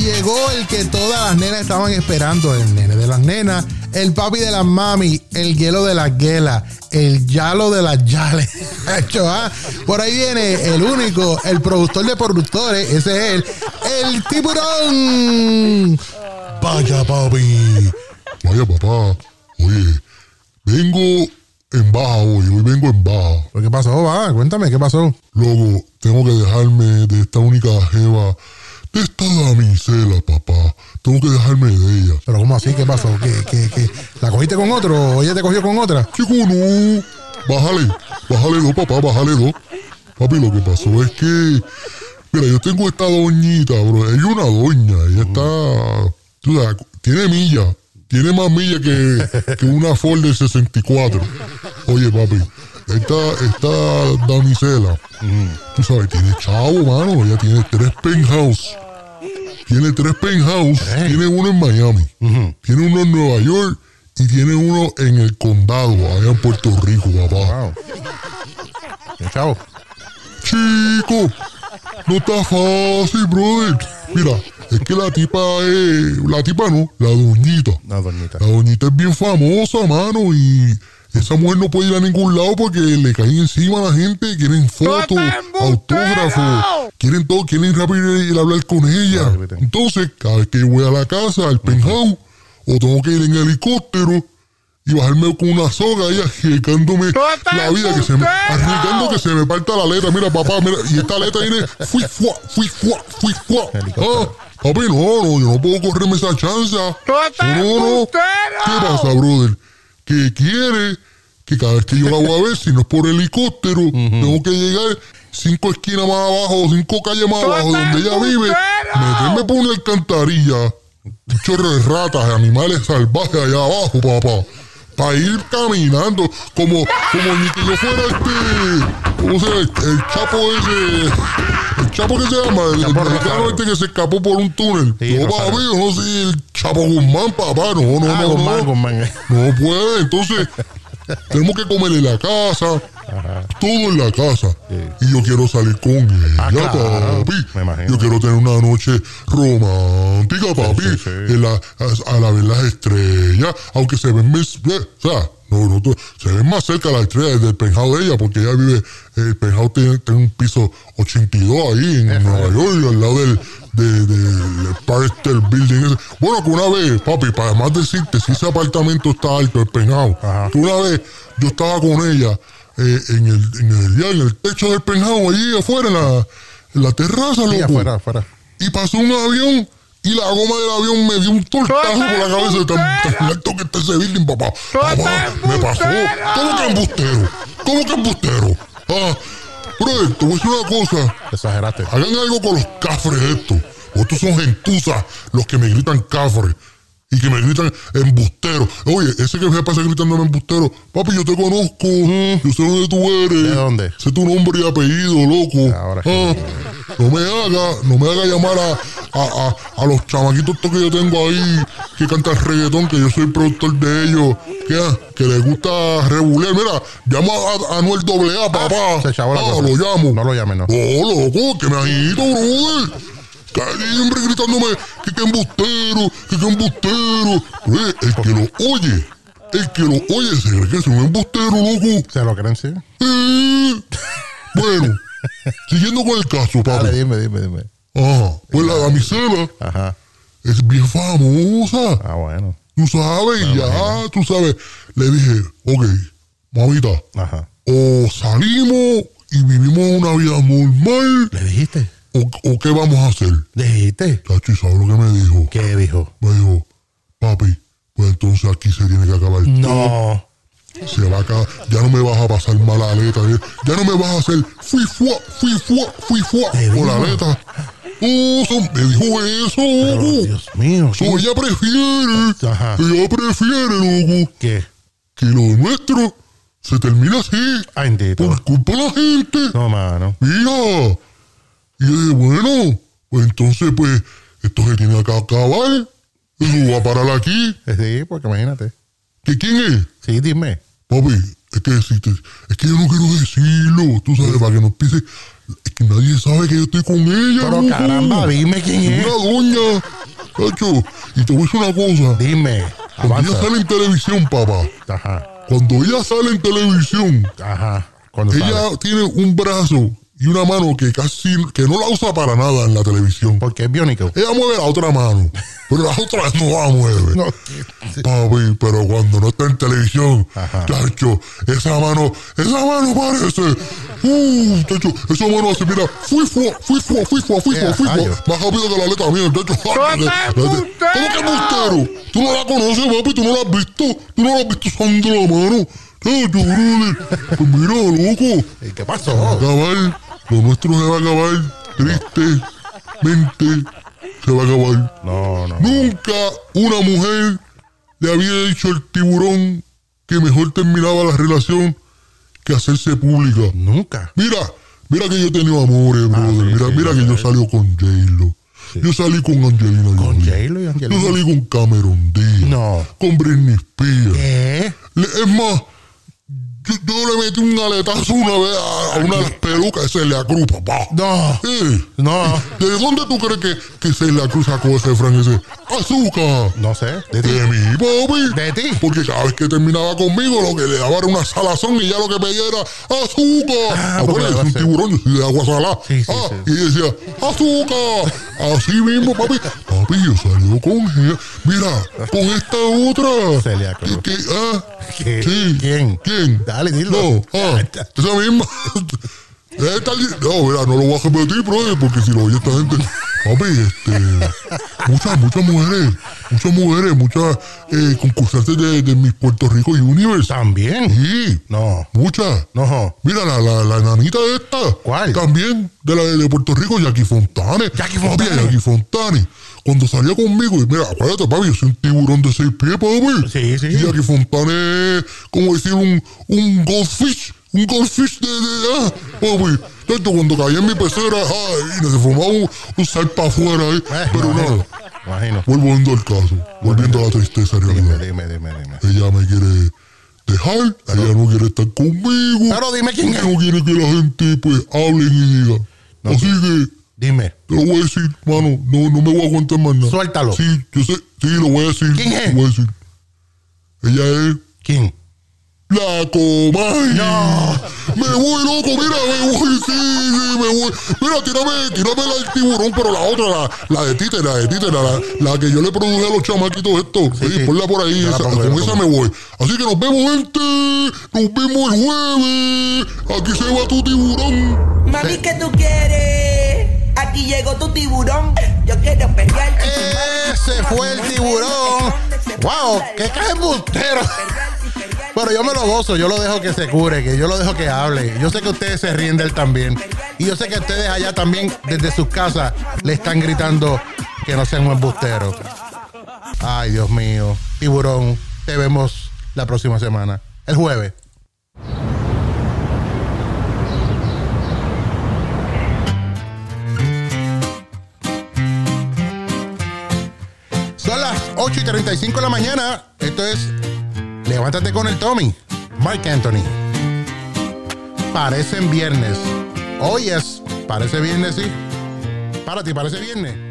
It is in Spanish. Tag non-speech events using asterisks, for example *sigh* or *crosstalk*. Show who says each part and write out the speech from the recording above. Speaker 1: Llegó el que todas las nenas estaban esperando, el nene de las nenas, el papi de las mami, el hielo de las guelas, el yalo de las *laughs* yales. Hacho, ah. Por ahí viene el único, el productor de productores, ese es él, el tiburón.
Speaker 2: Vaya, papi. Vaya, papá. Oye, vengo en baja hoy. Hoy vengo en baja.
Speaker 1: ¿Pero ¿Qué pasó, va? Cuéntame, ¿qué pasó?
Speaker 2: Luego, tengo que dejarme de esta única jeva, de esta damisela, papá. Tengo que dejarme de ella.
Speaker 1: Pero ¿cómo así? ¿Qué pasó? ¿Qué, qué, qué? ¿La cogiste con otro o ella te cogió con otra?
Speaker 2: Chico, no. Bájale. Bájale dos, papá. Bájale dos. Papi, lo que pasó es que. Mira, yo tengo esta doñita, bro. Ella es una doña. Ella está. Tú sabes, tiene millas. Tiene más millas que, que una Ford del 64. Oye, papi. Esta, esta damisela, tú sabes, tiene chavo, mano. Ella tiene tres penthouse. Tiene tres penthouse. Tiene uno en Miami. Tiene uno en Nueva York. Y tiene uno en el condado, allá en Puerto Rico, papá.
Speaker 1: Wow. Chao.
Speaker 2: Chico, no está fácil, brother. Mira, es que la tipa es. La tipa no, la doñita.
Speaker 1: No, doñita.
Speaker 2: La doñita es bien famosa, mano, y esa mujer no puede ir a ningún lado porque le caen encima a la gente, quieren fotos, autógrafos, quieren todo, quieren rápido ir a hablar con ella. Entonces, cada vez que yo voy a la casa, al penthouse, o tengo que ir en helicóptero y bajarme con una soga y arriesgándome la vida, que se me, arriesgando que se me parta la aleta. Mira, papá, mira, y esta aleta viene, fui, fuá, fui, fuá, fui, fuá. Ah, papi, no, no, yo no puedo correrme esa chance. No, no, ¿Qué pasa, brother? Que quiere que cada vez que yo la voy a ver, si no es por helicóptero, tengo que llegar cinco esquinas más abajo, cinco calles más abajo, donde ella vive, meterme por una alcantarilla, un chorro de ratas, de animales salvajes allá abajo, papá. Para ir caminando, como, como ni que yo fuera este. ¿Cómo se llama? El chapo ese. El chapo que se llama, el, el
Speaker 1: Chapo
Speaker 2: mexicano
Speaker 1: Rosario.
Speaker 2: este que se escapó por un túnel.
Speaker 1: Sí,
Speaker 2: no,
Speaker 1: Rosario.
Speaker 2: papi, yo no soy el chapo Guzmán, papá. No, no,
Speaker 1: Ah,
Speaker 2: no,
Speaker 1: con
Speaker 2: no.
Speaker 1: man, con man.
Speaker 2: No
Speaker 1: *laughs*
Speaker 2: puede, entonces tenemos que comer en la casa, todo en la casa. Y yo quiero salir con ella,
Speaker 1: Ah, claro,
Speaker 2: papi.
Speaker 1: me imagino.
Speaker 2: Yo quiero tener una noche romántica, papi.
Speaker 1: sí, sí.
Speaker 2: en la- a, a la ver las estrellas, aunque se ven mes- eh, o sea, no, no, tú- se ven más cerca las estrellas del penthouse de ella, porque ella vive, eh, el penthouse tiene, tiene un piso 82 ahí en Nueva York, al lado del, de, de- del Empire State Building. ese. Bueno, que una vez, papi, para además decirte, si ese apartamento está alto, el penthouse, que una vez yo estaba con ella eh, en, el, en, el, ya en el techo del penthouse, allí afuera, en la, en la terraza,
Speaker 1: Sí,
Speaker 2: loco
Speaker 1: afuera, afuera.
Speaker 2: y pasó un avión y la goma del avión me dio un tortazo por la cabeza tan, tan alto que está ese building, este papá. Papá, me pasó. ¿Cómo que embustero? ¿Cómo que embustero? Ah, brother, te voy a decir una cosa.
Speaker 1: Te Exageraste.
Speaker 2: Hagan algo con los cafres estos. Estos son gentusas los que me gritan cafres. Y que me gritan embustero. Oye, ese que me pasa gritándome embustero. Papi, yo te conozco. Yo sé dónde tú eres.
Speaker 1: ¿De dónde?
Speaker 2: Sé tu nombre y apellido, loco.
Speaker 1: Ahora
Speaker 2: Ah, no me haga, no me haga llamar a, a, a- a los chamaquitos estos que yo tengo ahí que cantan reggaetón, que yo soy productor de ellos, que, ah, que les gusta rebulear. Mira, llama a, a Anuel AA, papá.
Speaker 1: Se chavó la
Speaker 2: Ah,
Speaker 1: cosa.
Speaker 2: lo llamo.
Speaker 1: No lo llame, no.
Speaker 2: No, loco, que me agito, brother. Que hay hombre gritándome que que embustero, que que embustero. Pues, el que lo oye, el que lo oye se cree que es un embustero, loco.
Speaker 1: ¿Se lo creen, sí?
Speaker 2: Eh. Bueno, siguiendo con el caso,
Speaker 1: Dale,
Speaker 2: papi.
Speaker 1: dime, dime, dime.
Speaker 2: Ajá, pues la damisela
Speaker 1: Ajá.
Speaker 2: es bien famosa.
Speaker 1: Ah, bueno.
Speaker 2: Tú sabes, y ya, tú sabes. Le dije, ok, mamita,
Speaker 1: Ajá.
Speaker 2: o salimos y vivimos una vida normal,
Speaker 1: ¿Le dijiste?
Speaker 2: o, o qué vamos a hacer.
Speaker 1: ¿Le dijiste?
Speaker 2: Chachi, ¿sabes lo que me dijo?
Speaker 1: ¿Qué dijo?
Speaker 2: Me dijo, papi, pues entonces aquí se tiene que acabar.
Speaker 1: No.
Speaker 2: Se va acá, ya no me vas a pasar mala aleta, ya, ya no me vas a hacer fui fuá, fui fuá, fui fuá con la aleta. Oh, son- me dijo eso, loco.
Speaker 1: Dios mío.
Speaker 2: So, ella prefiere,
Speaker 1: Ajá.
Speaker 2: ella prefiere, loco,
Speaker 1: ¿Qué?
Speaker 2: que lo nuestro se termina así,
Speaker 1: Ay, bendito.
Speaker 2: por culpa de la gente.
Speaker 1: No, mano.
Speaker 2: Mira. Y yo dije, bueno, pues entonces, pues, esto se tiene que acabar. Eso va a parar aquí.
Speaker 1: Sí, porque imagínate.
Speaker 2: ¿Que quién es?
Speaker 1: Sí, dime.
Speaker 2: Papi, es que si te- es que yo no quiero decirlo, tú sabes, para que no empiece. Es que nadie sabe que yo estoy con ella.
Speaker 1: Pero
Speaker 2: loco.
Speaker 1: caramba, dime quién
Speaker 2: Es
Speaker 1: es.
Speaker 2: Una doña. Cacho, y te voy a decir una cosa.
Speaker 1: Dime.
Speaker 2: Cuando
Speaker 1: Avanza.
Speaker 2: ella sale en televisión, papá.
Speaker 1: Ajá.
Speaker 2: Cuando ella sale en televisión,
Speaker 1: Ajá. Cuando
Speaker 2: ella
Speaker 1: sale.
Speaker 2: tiene un brazo y una mano que casi que no la usa para nada en la televisión.
Speaker 1: Porque es biónico.
Speaker 2: Ella mueve la otra mano, pero la otra no la mueve.
Speaker 1: No.
Speaker 2: Papi, pero cuando no está en televisión,
Speaker 1: Ajá.
Speaker 2: chacho, esa mano, esa mano parece. Uh, chacho, esa mano hace, mira, fui, fue, fui, fue, fui, fue, fui, fue,
Speaker 1: Ea,
Speaker 2: fui, fue.
Speaker 1: rayo.
Speaker 2: Más rápido que la letra mía, chacho.
Speaker 3: ¡Tú eres
Speaker 2: ¿Cómo que embustero? Tú no la conoces, papi, tú no la has visto, tú no la has visto usando la mano. Chacho, brother. Pues mira, loco,
Speaker 1: *laughs* ¿Y ¿Qué
Speaker 2: se va a
Speaker 1: pasó?
Speaker 2: acabar, lo nuestro se va a acabar, tristemente, se va a acabar.
Speaker 1: No, no.
Speaker 2: Nunca una mujer le había dicho al tiburón que mejor terminaba la relación que hacerse pública.
Speaker 1: Nunca.
Speaker 2: Mira, mira que yo he tenido amores, brother.
Speaker 1: Ah, sí,
Speaker 2: mira,
Speaker 1: sí,
Speaker 2: mira
Speaker 1: yo
Speaker 2: que yo salí con J-Lo. Yo salí con Angelina
Speaker 1: Con
Speaker 2: Jolie.
Speaker 1: J-Lo y
Speaker 2: Yo
Speaker 1: Angelina.
Speaker 2: salí con Cameron Díaz.
Speaker 1: No.
Speaker 2: Con Britney Spears.
Speaker 1: ¿Qué?
Speaker 2: Le- Es más, yo, yo le metí un aletazo una vez a, a una peluca y se le acrupa, pa.
Speaker 1: No.
Speaker 2: Eh,
Speaker 1: No.
Speaker 2: ¿De dónde tú crees que, que se le acruza con ese fran ese? ¡Azúcar!
Speaker 1: No sé. De ti.
Speaker 2: De mi papi.
Speaker 1: De ti.
Speaker 2: Porque cada vez que terminaba conmigo, lo que le daba era una salazón y ya lo que pedía era azúcar.
Speaker 1: Ah, porque
Speaker 2: Acuérdate,
Speaker 1: le
Speaker 2: es
Speaker 1: va a
Speaker 2: un
Speaker 1: hacer.
Speaker 2: tiburón, yo soy de agua salada.
Speaker 1: Sí, sí,
Speaker 2: ah,
Speaker 1: sí.
Speaker 2: Y ella decía, azúcar. Así mismo, papi. Papi, yo salió con ella. Mira, con esta otra.
Speaker 1: Celia Cruz.
Speaker 2: ¿Qué? ah?
Speaker 1: ¿Qué?
Speaker 2: Sí.
Speaker 1: ¿Quién?
Speaker 2: ¿Quién?
Speaker 1: Dale, dilo.
Speaker 2: No, ah, esa *laughs* misma. Esta li- no, mira, no lo voy a repetir, brother, porque si lo oye esta gente. Papi, este. Muchas, muchas mujeres, muchas mujeres, muchas eh, concursantes de, de mis Puerto Rico Universe.
Speaker 1: También.
Speaker 2: Sí,
Speaker 1: No.
Speaker 2: muchas.
Speaker 1: No.
Speaker 2: Mira, la, la, la enanita esta.
Speaker 1: ¿Cuál?
Speaker 2: También, de la de Puerto Rico, Jackie Fontane.
Speaker 1: Jackie Fontane.
Speaker 2: Papi, Jackie Fontane. Cuando salía conmigo, y mira, acuérdate, papi, yo soy un tiburón de seis pies, papi.
Speaker 1: Sí, sí.
Speaker 2: Y Jackie Fontane es, como decir, un, un goldfish. Un goldfish de... de ah, papi, tanto cuando caía en mi pecera, ay, se formaba un, un salpa afuera, eh.
Speaker 1: Eh,
Speaker 2: Pero
Speaker 1: imagino,
Speaker 2: nada,
Speaker 1: Imagino.
Speaker 2: volviendo al caso, volviendo a la tristeza
Speaker 1: Dime,
Speaker 2: realidad.
Speaker 1: dime, dime, dime.
Speaker 2: Ella me quiere dejar, ella no quiere estar conmigo.
Speaker 1: Pero dime quién es.
Speaker 2: No quiere que la gente pues hable y diga. Así que
Speaker 1: Dime.
Speaker 2: te lo voy a decir, mano, no, no me voy a aguantar más nada.
Speaker 1: Suéltalo.
Speaker 2: Sí, yo sé, sí, lo voy a decir.
Speaker 1: ¿Quién es?
Speaker 2: Lo voy a decir. Ella es
Speaker 1: ¿Quién?
Speaker 2: la comay. Me voy loco, mira, me voy, sí, sí, me voy. Mira, tírame, tírame la del tiburón, pero la otra, la, la de títere, la de títere, la, la que yo le produje a los chamaquitos esto. Sí,
Speaker 1: sí.
Speaker 2: ponla por ahí,
Speaker 1: Ya la
Speaker 2: esa,
Speaker 1: pongo, ya
Speaker 2: con
Speaker 1: la
Speaker 2: esa
Speaker 1: pongo.
Speaker 2: me voy. Así que nos vemos, gente. Nos vemos el jueves. Aquí se va tu tiburón.
Speaker 4: Mami, ¿qué tú quieres? Aquí llegó tu tiburón. Yo quiero pelear. con tu madre.
Speaker 1: Ese fue el tiburón. ¡Wow! ¡Qué caja embustero! Pero yo me lo gozo, yo lo dejo que se cure, que yo lo dejo que hable. Yo sé que ustedes se ríen de él también. Y yo sé que ustedes allá también, desde sus casas, le están gritando que no sean un embustero. Ay, Dios mío. Tiburón, te vemos la próxima semana, el jueves. Son las 8 y 35 de la mañana. Esto es Levántate con el Tommy, Mark Anthony. Parecen viernes. Hoy es, parece viernes, sí. Para ti, parece viernes.